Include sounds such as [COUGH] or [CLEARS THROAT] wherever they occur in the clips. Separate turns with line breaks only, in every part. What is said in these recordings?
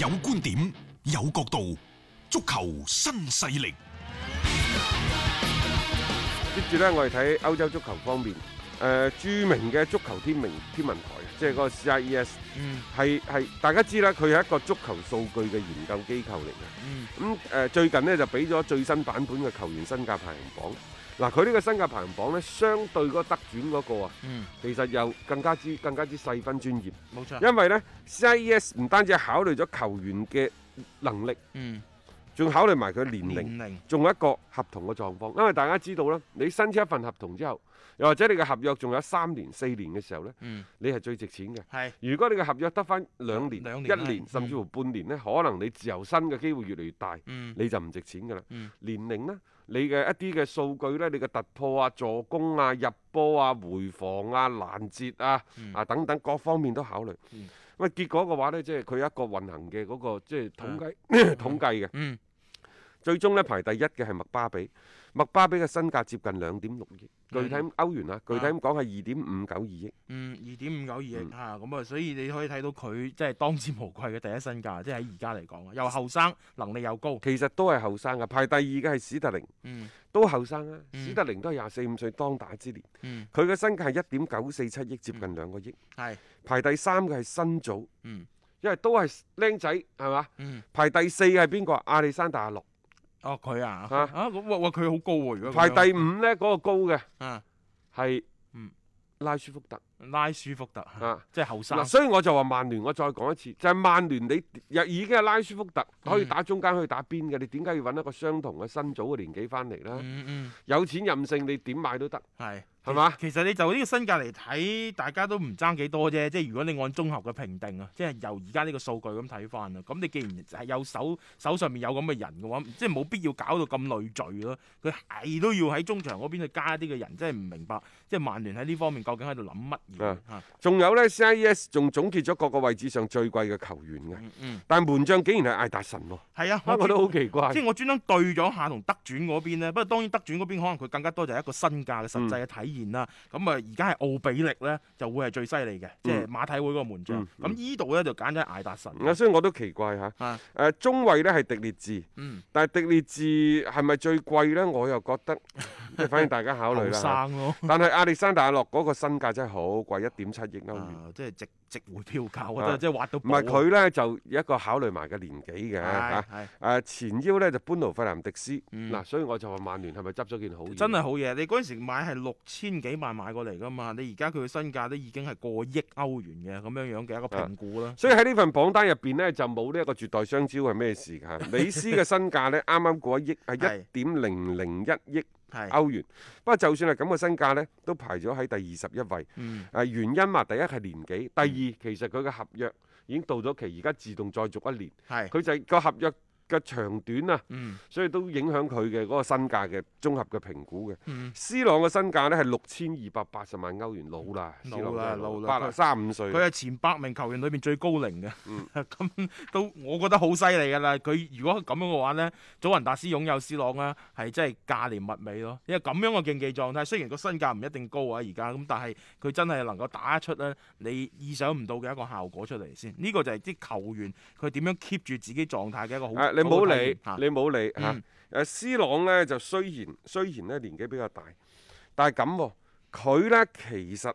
有觀點，有角度，足球新勢力。
接住呢，我哋睇歐洲足球方面，誒、呃著名嘅足球天明天文台，即係嗰個 CIES，
嗯
係係大家知啦，佢係一個足球數據嘅研究機構嚟嘅。
嗯
咁誒、呃最近呢，就俾咗最新版本嘅球員身價排行榜。嗱，佢呢個身價排行榜呢，相對嗰個德轉嗰個啊，
嗯，
其實又更加之更加之細分專業，
冇錯。
因為呢 CIES 唔單止係考慮咗球員嘅能力，
嗯，
仲考慮埋佢年齡
年。齡
仲有一個合同嘅狀況，因為大家知道啦，你新簽一份合同之後，又或者你嘅合約仲有三年、四年嘅時候呢，
嗯
你係最值錢嘅。
係
如果你嘅合約得翻兩年、
兩年
一年，
係
甚至乎半年呢，可能你自由身嘅機會越嚟越大，
嗯
你就唔值錢㗎啦。
嗯
年齡呢，你嘅一啲嘅數據呢，你嘅突破啊、助攻啊、入波啊、回防啊、攔截啊、
嗯
啊等等各方面都考慮。
嗯
咁啊，結果嘅話呢，即係佢有一個運行嘅嗰、個即係統 [CLEARS THROAT] 計統計嘅。
嗯
最終咧排第一嘅係麥巴比，麥巴比嘅身價接近兩點六億，具體咁歐元啊，具體咁講係二點五九二億。
嗯二點五九二億
嗯
嚇咁啊，所以你可以睇到佢即係當之無愧嘅第一身價，即係喺而家嚟講啊，又後生，能力又高。
其實都係後生嘅，排第二嘅係史特寧，
嗯
都後生啊。
嗯
史特寧都係廿四五歲當打之年，
嗯
佢嘅身價係一點九四七億，接近兩個億。
係
排第三嘅係新組，
嗯
因為都係僆仔係嘛。
嗯
排第四係邊個啊？亞歷山大阿諾。
哦佢啊
嚇
啊咁哇哇佢好高喎，如果咁
排
樣
第五呢，嗰個高嘅
啊
係
嗯
拉舒福特
拉舒福特嚇
啊。
即係後生
嗱，。所以我就話曼聯，我再講一次，就係、曼聯你又已經係拉舒福特可以打中間，可以打邊嘅，你點解要揾一個相同嘅新組嘅年紀翻嚟呢？
嗯嗯
有錢任性，你點買都得。
係
係嘛
其其實你就呢個身價嚟睇，大家都唔爭幾多啫。即係如果你按綜合嘅評定啊，即係由而家呢個數據咁睇翻啊，咁你既然係有手手上面有咁嘅人嘅話，即係冇必要搞到咁累贅咯。佢係都要喺中場嗰邊去加啲嘅人，即係唔明白，即係曼聯喺呢方面究竟喺度諗乜嘢
啊
嚇？
仲有呢 CIES 仲總結咗各個位置上最貴嘅球員嘅，
嗯嗯，
但門將竟然係艾達臣
[LAUGHS]
喎，
係啊，
我覺
知
得好奇怪
即。係我專登對咗下同德轉嗰邊咧，不過當然德轉嗰邊可能佢更加多就係一個身價嘅實
嗯
際嘅體現啦。咁啊、而家係奧比力咧就會係最犀利嘅，即係馬體會嗰個門將。
嗯
咁呢度咧就揀咗艾達臣。
啊，所以我都奇怪嚇。誒、
啊
中衞呢係迪列治，
嗯，
但係迪列治係咪最貴呢？我又覺得，
[LAUGHS]
即係反正大家考慮
後
啦。
生咯，
但係亞歷山大阿洛嗰個身價真係好貴，一點七億歐元。
啊即係值值回票價，我
啊
覺得即係挖到
唔
寶啊。
係佢呢，就一個考慮埋嘅年紀嘅嚇
係，
誒、
係。
前腰呢，就班奴費南迪斯，嗱、
嗯
所以我就話曼聯係咪執咗件好嘢？
真係好嘢！你嗰陣時買係六千幾萬買過嚟㗎嘛，你而家佢嘅身價都已經係過億歐元嘅咁樣樣嘅一個
啊
評估啦。
所以喺呢份榜單入邊呢，就冇呢一個絕代雙驕係咩事㗎？
[LAUGHS]
美斯嘅身價呢，啱啱過一億，係
係
一點零零一億
係，
歐元。不過就算係咁嘅身價呢，都排咗喺第二十一位。
嗯
誒、原因嘛，第一係年紀，第二其實佢嘅合約已經到咗期，而家自動再續一年，
係，
佢就係個合約嘅長短啊，
嗯
所以都影響佢嘅嗰個身價嘅綜合嘅評估嘅。
嗯。
C 朗嘅身價呢係六千二百八十萬歐元，老啦，
老
C 朗真係
啦老啦
八啊三五歲，
佢係前百名球員裏邊最高齡嘅，
嗯
[LAUGHS] 咁、都我覺得好犀利㗎啦。佢如果咁樣嘅話呢，祖雲達斯擁有 C 朗咧，係真係價廉物美咯。因為咁樣嘅競技狀態，雖然個身價唔一定高啊而家，咁但係佢真係能夠打出咧你意想唔到嘅一個效果出嚟先。呢、個就係啲球員佢點樣 keep 住自己狀態嘅一個好。
啊你冇理
好嘅體驗嚇，
你冇理嚇。
嗯
誒 C 朗呢就雖然雖然呢年紀比較大，但係咁喎，佢呢其實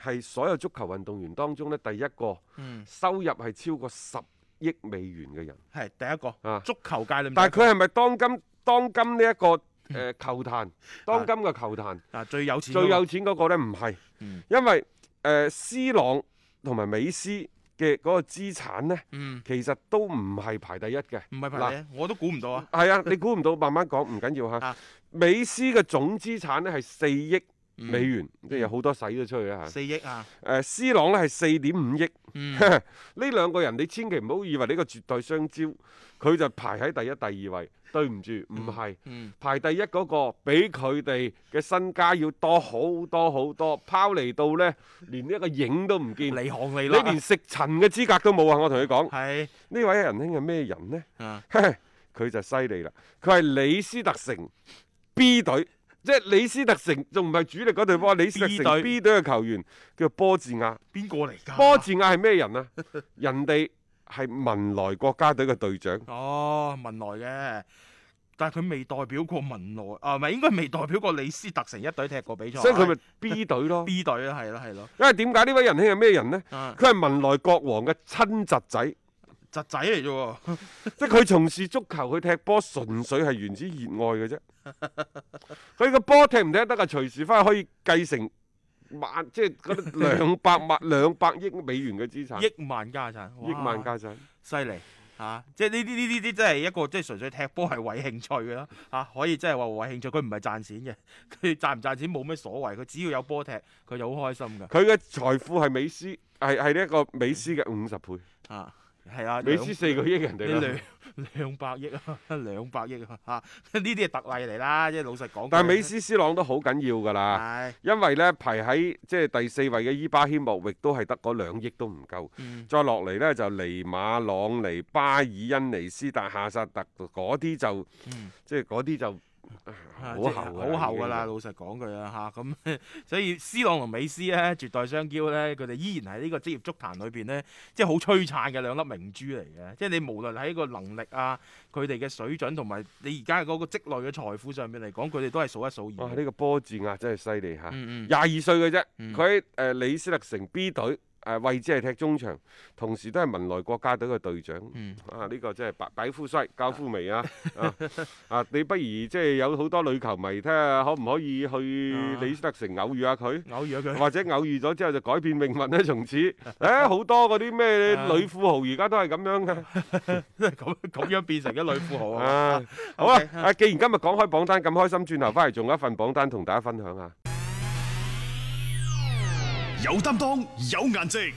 係所有足球運動員當中呢第一個
嗯，
收入係超過十億美元嘅人
係第一個
啊！
足球界裏面第一個，
但係佢係咪當今當今呢、一個誒、
嗯
呃球壇當今嘅球壇？
啊最有錢嗰個，
最有錢嗰個呢唔係，
嗯
因為誒、呃 C 朗同埋美斯嘅嗰個資產呢，
嗯，
其實都唔係排第一嘅。
唔係排第一，我都估唔到啊。 [LAUGHS]
係啊，你估唔到，慢慢講，唔緊要嚇
啊。
美斯嘅總資產呢係四億
嗯
美元，即係有好多使咗出去啦嚇。
四億
[LAUGHS]
啊，
誒、C 朗呢係四點五億， [LAUGHS]
嗯。
呢兩個人你千祈唔好以為呢個絕對雙驕，佢就排喺第一、第二位。對唔住，唔係。
嗯
排第一嗰、個，比佢哋嘅身家要多好多好多，拋離到
[LAUGHS]
呢，連一個影都唔見，你
離行離啦，
連食塵嘅資格都冇啊！我同你講，
係
呢位仁兄係咩人呢？ [LAUGHS]
啊，
佢就犀利啦，佢係李斯特城 B 隊，即係李斯特城仲唔係主力嗰隊波，李斯特
嗯 B
城
隊啊
B 隊嘅球員叫波治亞。
邊個嚟
[LAUGHS]
㗎？
波治亞係咩人啊？人哋係文萊國家隊嘅隊長。
哦，文萊嘅，但係佢未代表過文萊，啊唔係應該未代表過李斯特城一隊踢過比賽，
所以佢
係
咪 B 隊咯，
B 隊啊啦，係啦係啦，
因為點解呢位仁兄係咩人呢？
啊
佢係文萊國王嘅親侄
[LAUGHS]
仔，
侄仔嚟啫喎。
即係佢從事足球，佢踢波純粹係源自熱愛嘅啫。佢個波踢唔踢得啊？隨時翻去可以繼承萬，即係嗰
[LAUGHS]
兩百萬、兩百億美元嘅資產，
億萬家產，
啊億萬家產。
犀利嚇！即係呢啲呢啲呢啲真係一個即係純粹踢波係為興趣嘅咯嚇，可以真係話為興趣，佢唔係賺錢嘅， [LAUGHS] 佢賺唔賺錢冇咩所謂，佢只要有波踢，佢就好開心㗎
佢嘅財富係美斯，係係呢一個美斯嘅五十倍，
嚇，係啊，
美
兩
斯四個億人哋啦。
呢兩 [LAUGHS] 兩百億啊， [LAUGHS] 兩百億啊 [LAUGHS] 嚇，呢啲係特例嚟啦，即係老實講。
但係美斯、啊斯朗都好緊要㗎啦，
係
因為呢排喺即係第四位嘅伊巴謙莫，亦都係得嗰兩億都唔夠。
嗯
再落嚟呢，就尼馬、朗尼、巴爾、恩尼斯、達夏薩特嗰啲就
嗯。
即係嗰啲就
啊
嗯好
即
厚
係好厚
㗎
㗎啦，
啦
老實講句啊嚇，咁所以 C 朗同美斯咧絕代雙驕咧，佢哋依然係呢個職業足壇裏邊咧，即係好璀璨嘅兩粒明珠嚟嘅。即係你無論喺個能力啊，佢哋嘅水準同埋你而家嗰個積累嘅財富上面嚟講，佢哋都係數一數
已經。
二
哇！
嘅。
呢個波字壓真係犀利嚇，
嗯嗯
廿二歲嘅啫，
嗯
佢喺誒李斯特城 B 隊誒位置係踢中場，同時都係文萊國家隊嘅隊長。
[LAUGHS] 嗯，
啊！呢、個真係白擺夫西教夫眉啊！啊啊！你不如即係有好多女球迷，睇下可唔可以去
啊
李斯特城偶遇下佢，
偶遇咗佢。 [LAUGHS]
或者偶遇咗之後就改變命運咧，從此誒好、多嗰啲咩女富豪而家都係咁樣嘅。
咁咁樣變成一女富豪啊！
啊，好啊
OK，！
啊，既然今日講開榜單咁開心，轉頭翻嚟仲有一份榜單同大家分享下。
有擔當，有顏值，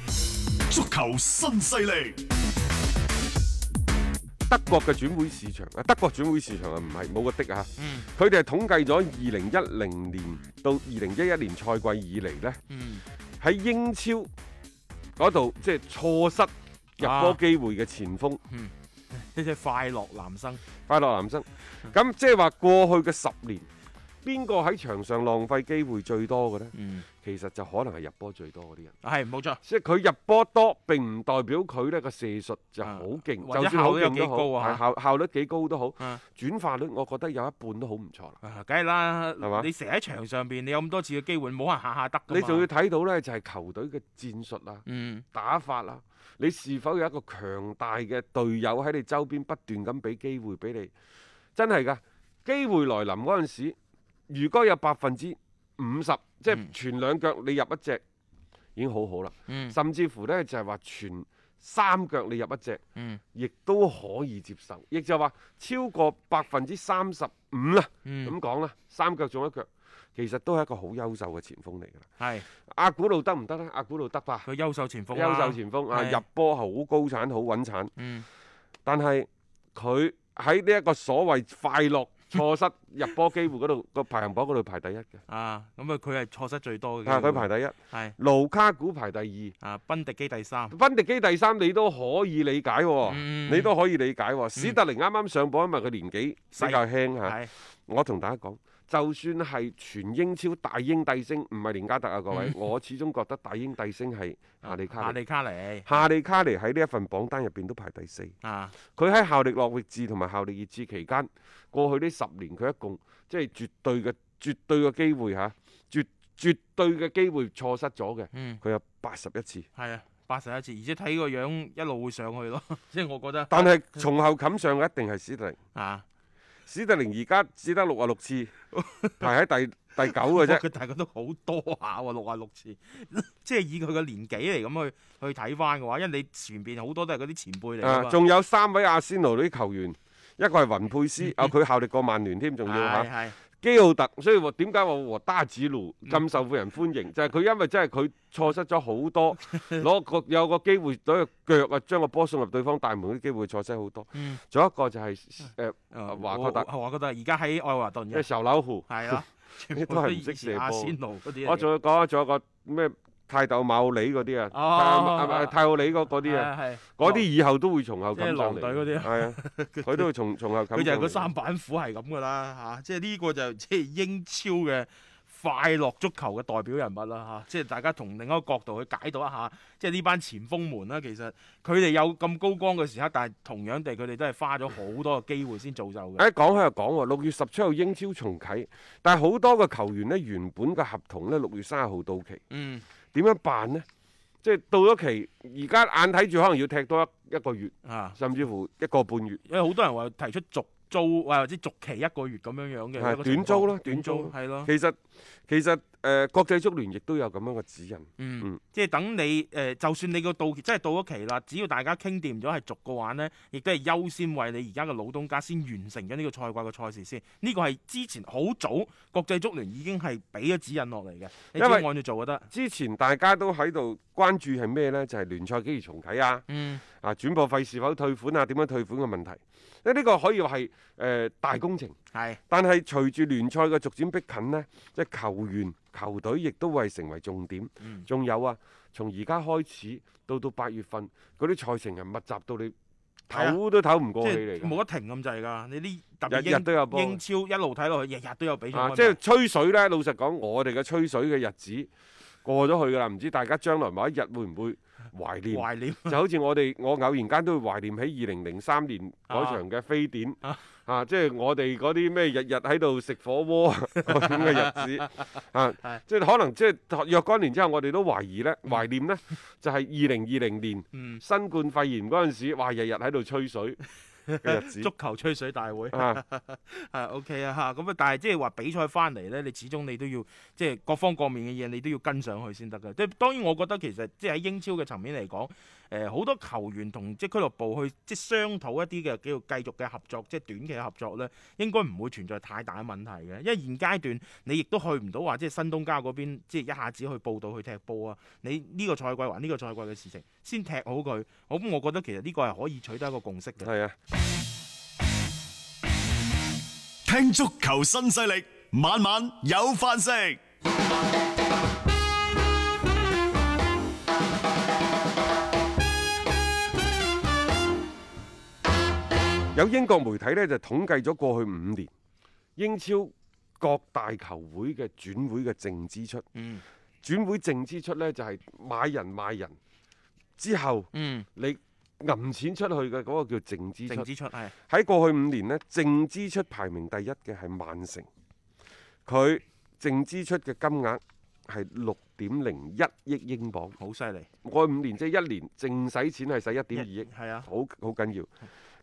足球新勢力。
德國嘅轉會市場啊，德國轉會市場啊，唔係冇個的啊，
嗯
佢哋係統計咗二零一零年到二零一一年賽季以嚟呢，
嗯，
喺英超嗰度即係錯失入波機會嘅前鋒，
呢隻快樂男生
快樂男生。
啊
咁即係話過去嘅十年，邊個喺場上浪費機會最多嘅呢？
嗯
其實就可能係入波最多嗰啲人。
係冇錯。
即係佢入波多，並唔代表佢呢個射術就好勁，
啊或者
就算好
效率有
勁
幾
都好，
高啊
係效效率幾高都好，
啊
轉化率我覺得有一半都好唔錯啦。
啊，梗係啦
係嘛，
你成日喺場上邊，你有咁多次嘅機會，冇人下下得㗎嘛
你仲要睇到呢，就係球隊嘅戰術啦、
嗯
打法啦，你是否有一個強大嘅隊友喺你周邊不斷咁俾機會俾你？真係㗎，機會來臨嗰陣時，如果有百分之五十，即係
嗯
全兩腳你入一隻，已經好好啦。
嗯
甚至乎呢，就係話全三腳你入一隻。
嗯
亦都可以接受，亦就話超過百分之三十五啦，
嗯，
咁講啦，三腳中一腳，其實都係一個好優秀嘅前鋒嚟㗎啦。
係
阿古路得唔得呢？阿古路得吧，
佢優秀前鋒啦
優秀前鋒啊，
係
入波好高產，好穩產，
嗯
但係佢喺呢一個所謂快樂錯失入波機會嗰度 [LAUGHS] 個排行榜嗰度排第一嘅，
啊，咁啊佢係錯失最多嘅。
啊佢排第一，
係
盧卡古排第二，
啊，賓迪基第三。
賓迪基第三，你都可以理解喎。
嗯
你都可以理解喎，史特靈啱啱上榜，因為佢年紀比較輕嚇，
係
我同大家講，就算係全英超大英帝星，唔係連加特啊，各位，我始終覺得大英帝星係夏利卡
啊夏
尼。
利卡尼
夏利卡尼喺呢一份榜單入邊都排第四，
啊，
佢喺效力諾域治同埋效力熱刺期間，過去呢十年佢一共即係絕對嘅絕對嘅機會嚇，絕絕對嘅機會錯失咗嘅，
嗯
佢有八十一次。
係啊，八十一次，而且睇個樣一路會上去咯， [LAUGHS] 即係我覺得
但係從後冚上嘅一定係史特靈，
啊，
史特靈而家只得六啊六次，排喺第第九嘅啫。
佢大家都好多下喎，六啊六次， [LAUGHS] 即係以佢嘅年紀嚟咁去去睇翻嘅話，因為你前邊好多都係嗰啲前輩嚟㗎
啊，
嘛。
仲有三位阿仙奴啲球員，一個係雲佩斯，啊佢效力過曼聯添，仲要
嗯係啊
嚇
係
基奧特，所以話點解話和打子路
嗯
咁受人歡迎，就係佢因為真係佢錯失咗好
[LAUGHS]
多，攞個有個機會攞個腳啊，將個波送入對方大門嘅機會錯失好多。
嗯
仲有一個就係誒
啊
華國達
華國達而家喺愛華頓
嘅
嘅，
仇紐湖，
係啊，全部
都係唔
以
識
前
射
阿
波
仙奴嗰啲嚟嘅。
我仲有講仲有個咩泰斗馬奧里嗰啲啊，
哦
啊啊啊泰奧里嗰嗰啲啊，
係，哦係
嗰啲以後都會從後
即係
冚上嚟。
狼隊嗰啲啊 [LAUGHS]
係啊，佢都會從從後冚上嚟。
佢就係嗰三板斧係咁噶啦嚇，即係呢個就即係英超嘅快樂足球嘅代表人物啦嚇、即係大家從另一個角度去解讀一下，即係呢班前鋒們啦，其實佢哋有咁高光嘅時刻，但係同樣地佢哋都係花咗好多嘅機會先造就嘅。
誒哎講開又講喎，六月十七號英超重啟，但係好多個球員呢，原本嘅合同呢，六月三十號到期，
嗯，
點樣辦呢？即係到咗期，而家眼睇住可能要踢多一一個月，
啊，
甚至乎一個半月。
因為好多人話提出續租或者續期一個月咁樣樣嘅
係
一個情況
短租啦
短
短租
租係咯。
其實其實誒、呃、國際足聯亦都有咁樣嘅指引。
嗯
嗯，
即係等你誒、呃就算你個到期真係到咗期啦，只要大家傾掂咗係續嘅話呢，亦都係優先為你而家嘅老東家先完成咗呢個賽季嘅賽事先。呢、個係之前好早國際足聯已經係俾咗指引落嚟嘅，你只要
因
按
為
照做就得。
之前大家都喺度關注係咩呢？就係、聯賽幾時重啟啊？
嗯，
啊，轉播費是否退款啊？點樣退款嘅問題？呢、呢個可以話係誒大工程。
係
但係隨住聯賽嘅逐漸逼近呢，即係球員、球隊亦都會成為重點
嗯。
仲有啊，從而家開始到到八月份，嗰啲賽程係密集到你
係啊
唞都唞唔
即
過氣嚟
係
㗎
冇得停咁滯㗎。你呢特別
日日都有波
英英超一路睇落去，日日都有比賽
啊
開
即係
埋
吹水呢，老實講，我哋嘅吹水嘅日子過咗去㗎啦，唔知大家將來某一日會唔會懷念？
懷念。
就好似我哋， [LAUGHS] 我偶然間都會懷念起二零零三年嗰場嘅非典
啊
啊即係我哋嗰啲咩日日喺度食火 [LAUGHS] 鍋啊嗰種嘅日子
係
啊，即係嗯可能即係若干年之後，我哋都懷疑呢，懷念呢，就係二零二零年
嗯，
新冠肺炎嗰陣時，哇，日日喺度吹水嘅日 [LAUGHS] 子
足球吹水大會。
啊，
係 OK 啊嚇，咁啊，但係即係話比賽翻嚟咧，你始終你都要即係各方各面嘅嘢，你都要跟上去先得㗎。即係當然，我覺得其實即係喺英超嘅層面嚟講，誒、好多球員同即係俱樂部去即係商討一啲嘅叫做繼續嘅合作，即係短期嘅合作咧，應該唔會存在太大嘅問題嘅。因為現階段你亦都去唔到話即係新東家嗰邊，即係一下子去報到去踢波啊。你呢個賽季還呢個賽季嘅事情，先踢好佢。好咁，我覺得其實呢個係可以取得一個共識嘅。
係啊。
聽足球新勢力，晚晚有飯食。
有英國媒體呢，就統計咗過去五年英超各大球會嘅轉會嘅淨支出，
嗯
轉會淨支出呢，就係、買人賣人之後。
嗯，
你揞錢出去嘅嗰個叫淨支
淨
出。
嗯支出係
喺過去五年呢，淨支出排名第一嘅係曼城，佢淨支出嘅金額係六點零一億英鎊。
好犀利。
過去五年即係一年淨使錢係使一點二億，
係啊，
好好緊要。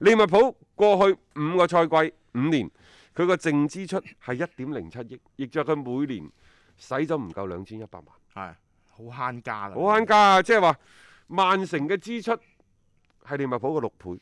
利物浦過去五個賽季五年，佢個淨支出係一點零七億，亦就係佢每年使咗唔夠兩千一百萬。
係好慳家啦，
好慳家啊！即係話曼城嘅支出係利物浦嘅六倍。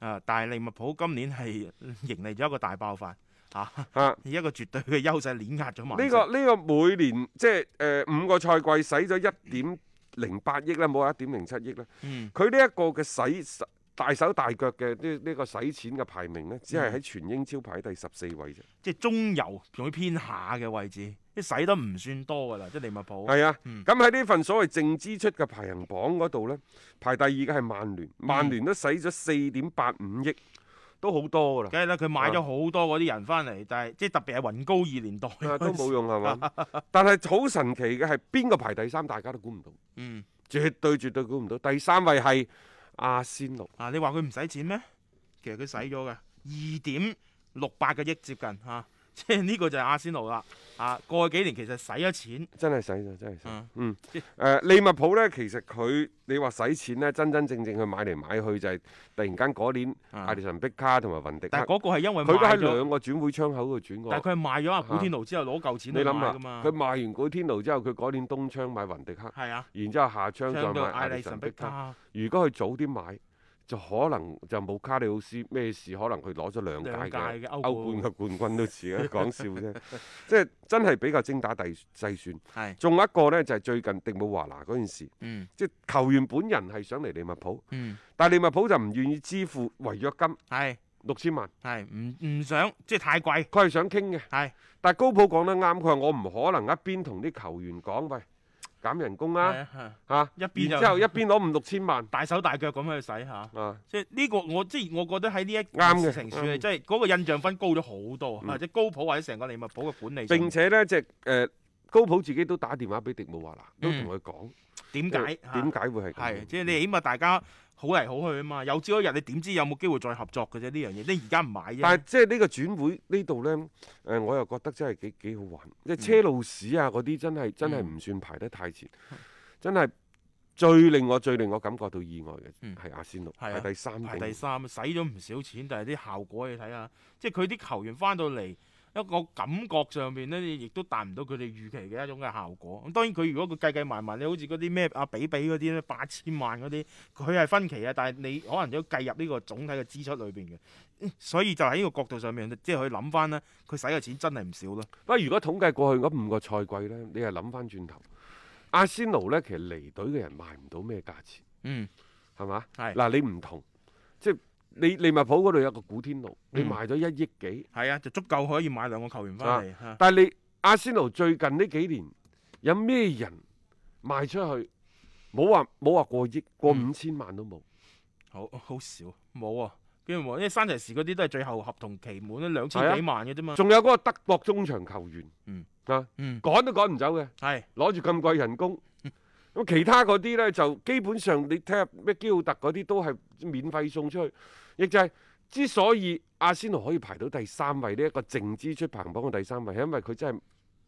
啊！但係利物浦今年係迎嚟咗一個大爆發 [LAUGHS] 啊，
啊
以一個絕對嘅優勢碾壓咗曼
呢、
城。
個呢、個每年即係誒、呃五個賽季使咗一點零八億啦，冇話一點零七億啦。
嗯
佢呢一個嘅使大手大腳嘅呢呢個使錢嘅排名呢，只係喺
嗯
全英超排第十四位啫。
即係中游仲要偏下嘅位置，即係使得唔算多㗎啦，即係利物浦。
係啊，
嗯
咁喺呢份所謂淨支出嘅排行榜嗰度呢，排第二嘅係曼聯，曼聯都使咗四點八五
嗯
億，都好多㗎啦。
梗係啦，佢買咗好多嗰啲人翻嚟，但係即係特別係雲高二年代 [LAUGHS]
啊都
嗰陣時
冇用係嘛？
[LAUGHS]
但係好神奇嘅係邊個排第三，大家都估唔到，
嗯
絕對絕對估唔到。第三位係阿仙奴。
啊，你話佢唔使錢咩？其實佢使咗嘅二點六八個億接近嚇、啊 [LAUGHS] 即係呢個就係阿仙奴啦。啊，過去幾年其實使咗錢，
真係使咗，真係使
嗯。
嗯，誒、利物浦呢，其實佢你話使錢呢，真真正正去買嚟買去就係突然間嗰年
啊
艾利臣碧卡同埋雲迪克，
但係嗰個係因為
佢都喺
買咗
兩個轉會窗口度轉
但
過
係。佢係賣咗阿古天奴之後攞嚿錢
你
去買
諗下
㗎，嘛？
佢賣完古天奴之後，佢嗰年東窗買雲迪克，
係啊，
然之後下窗再
聽到
買
艾
艾
利
利
神
臣
碧
碧卡。
卡
如果佢早啲買，就可能就冇卡里奧斯咩事，可能佢攞咗兩屆
兩屆嘅
嘅
歐
歐冠
冠
嘅冠軍都似啊，講笑啫。 [LAUGHS] 即係真係比較精打細細算。
係
仲有一個呢，就係最近迪姆華拿嗰件事。
嗯
即係球員本人係想嚟利物浦，
嗯
但係利物浦就唔願意支付違約金
係
六千萬，
係唔唔想即係太貴
佢係想傾嘅。
係
但係高普講得啱，佢話我唔可能一邊同啲球員講喂，減人工
係
啦、
啊係啊
嚇、
一邊就
然之後一邊攞五六千萬
大手大腳咁去使嚇。
啊，
即係呢個我即係我覺得喺呢一
啱嘅
件事情處理，
啱嘅
即係嗰個印象分高咗好多，啊
嗯
或者高普或者成個利物浦嘅管理上。
並且呢，即係誒高普自己都打電話俾迪姆華拿，都
嗯
同佢講
點解
呃點解會係咁
係，即係你起碼大家好嚟好去啊嘛，有朝一日你點知有冇機會再合作嘅啫？呢樣嘢，你而家唔買啫。
但係即係呢個轉會呢度呢，誒、我又覺得真係幾幾好玩。即係車路士啊嗰啲真係真係
嗯
唔算排得太前，真係最令我最令我感覺到意外嘅
嗯
係阿仙奴
係啊
排第三
排第
頂，
三，使咗唔少錢，但係啲效果你睇下，即係佢啲球員翻到嚟一個感覺上邊咧，亦都達唔到佢哋預期嘅一種嘅效果。咁當然佢如果佢計計埋埋，你好似嗰啲咩阿比比嗰啲咧，八千萬嗰啲，佢係分期啊，但係你可能都計入呢個總體嘅支出裏邊嘅，嗯所以就喺呢個角度上面，即係去諗翻咧，佢使嘅錢真係唔少咯。
不過如果統計過去嗰五個賽季呢，你係諗翻轉頭，阿仙奴呢，其實離隊嘅人賣唔到咩價錢，
嗯，
係嘛？
係
嗱，你唔同，即係你利物浦嗰度有個古天奴，你
嗯
賣咗一億幾，
係啊，就足夠可以買兩個球員翻嚟嚇。
但係你阿仙奴最近呢幾年有咩人賣出去？冇話冇話過億，過
嗯
五千萬都冇。
好好少冇啊，跟住冇，因為山提士嗰啲都係最後合同期滿咧兩千幾萬嘅啫嘛。
仲有嗰個德國中場球員，
嗯
啊，
嗯，
趕都趕唔走嘅，
係
攞住咁貴人工。咁其他嗰啲呢，就基本上你睇下咩基奧特嗰啲都係免費送出去，亦就係、之所以阿仙奴可以排到第三位呢一個淨支出排行榜嘅第三位，係因為佢真係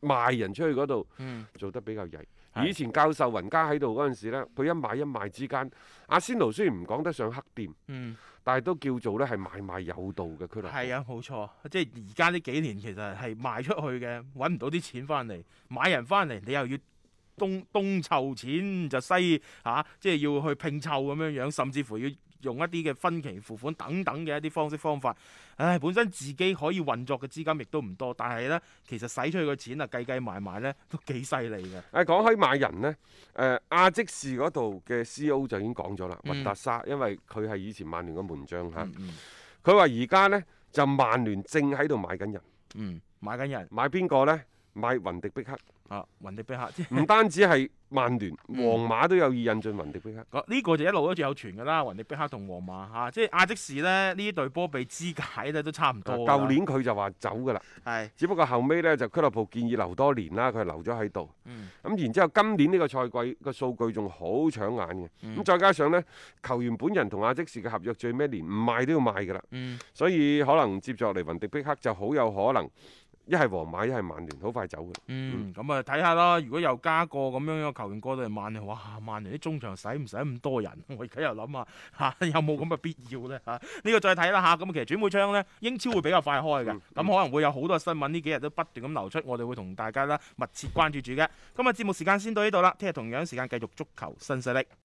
賣人出去嗰度。
嗯
做得比較曳。
係
以前教授雲家喺度嗰陣時咧，佢一買一賣之間，阿仙奴雖然唔講得上黑店，
嗯，
但係都叫做咧係買賣有道嘅俱樂部。
係啊，冇錯，即係而家呢幾年其實係賣出去嘅，揾唔到啲錢翻嚟，買人翻嚟你又要。東東湊錢就西嚇、啊即係要去拼湊咁樣樣，甚至乎要用一啲嘅分期付款等等嘅一啲方式方法。唉，本身自己可以運作嘅資金亦都唔多，但係呢，其實使出去嘅錢啊，計計埋埋呢，都幾犀利嘅。
誒啊講起買人呢，誒、亞積士嗰度嘅 C.O. 就已經講咗啦，
嗯
雲達沙，因為佢係以前曼聯嘅門將嚇。
嗯嗯
佢話而家呢，就曼聯正喺度買緊人，
嗯，買緊人
買邊個呢？買雲迪
[LAUGHS]
碧克，
啊，雲迪比克即係
唔單止係曼聯，皇
嗯
馬都有意引進雲迪碧克。
嗰呢個就一路都仲有傳㗎啦，雲迪比克同皇馬嚇、即係亞積士咧呢隊波被肢解咧都差唔多㗎啦。
啊舊年佢就話走㗎啦。
係
只不過後尾呢，就俱樂部建議留多年啦，佢係留咗喺度。
嗯
咁然之後，今年呢個賽季個數據仲好搶眼嘅。咁、
嗯
再加上呢，球員本人同阿積士嘅合約最尾連唔賣都要賣㗎啦，
嗯
所以可能接落嚟雲迪碧克就好有可能一係皇馬一係曼聯，好快走㗎啦。
嗯，咁啊睇下啦。如果又加個咁樣嘅球員過到嚟曼聯，哇！曼聯啲中場使唔使咁多人？我而家又諗下嚇， [LAUGHS] 有冇咁嘅必要咧嚇？呢、個再睇啦嚇。咁、其實轉會窗咧，英超會比較快開嘅，咁、
嗯
可能會有好多新聞呢幾日都不斷咁流出，我哋會啊同大家啦密切關注住嘅。今日節目時間先到呢度啦，聽日同樣時間繼續足球新勢力。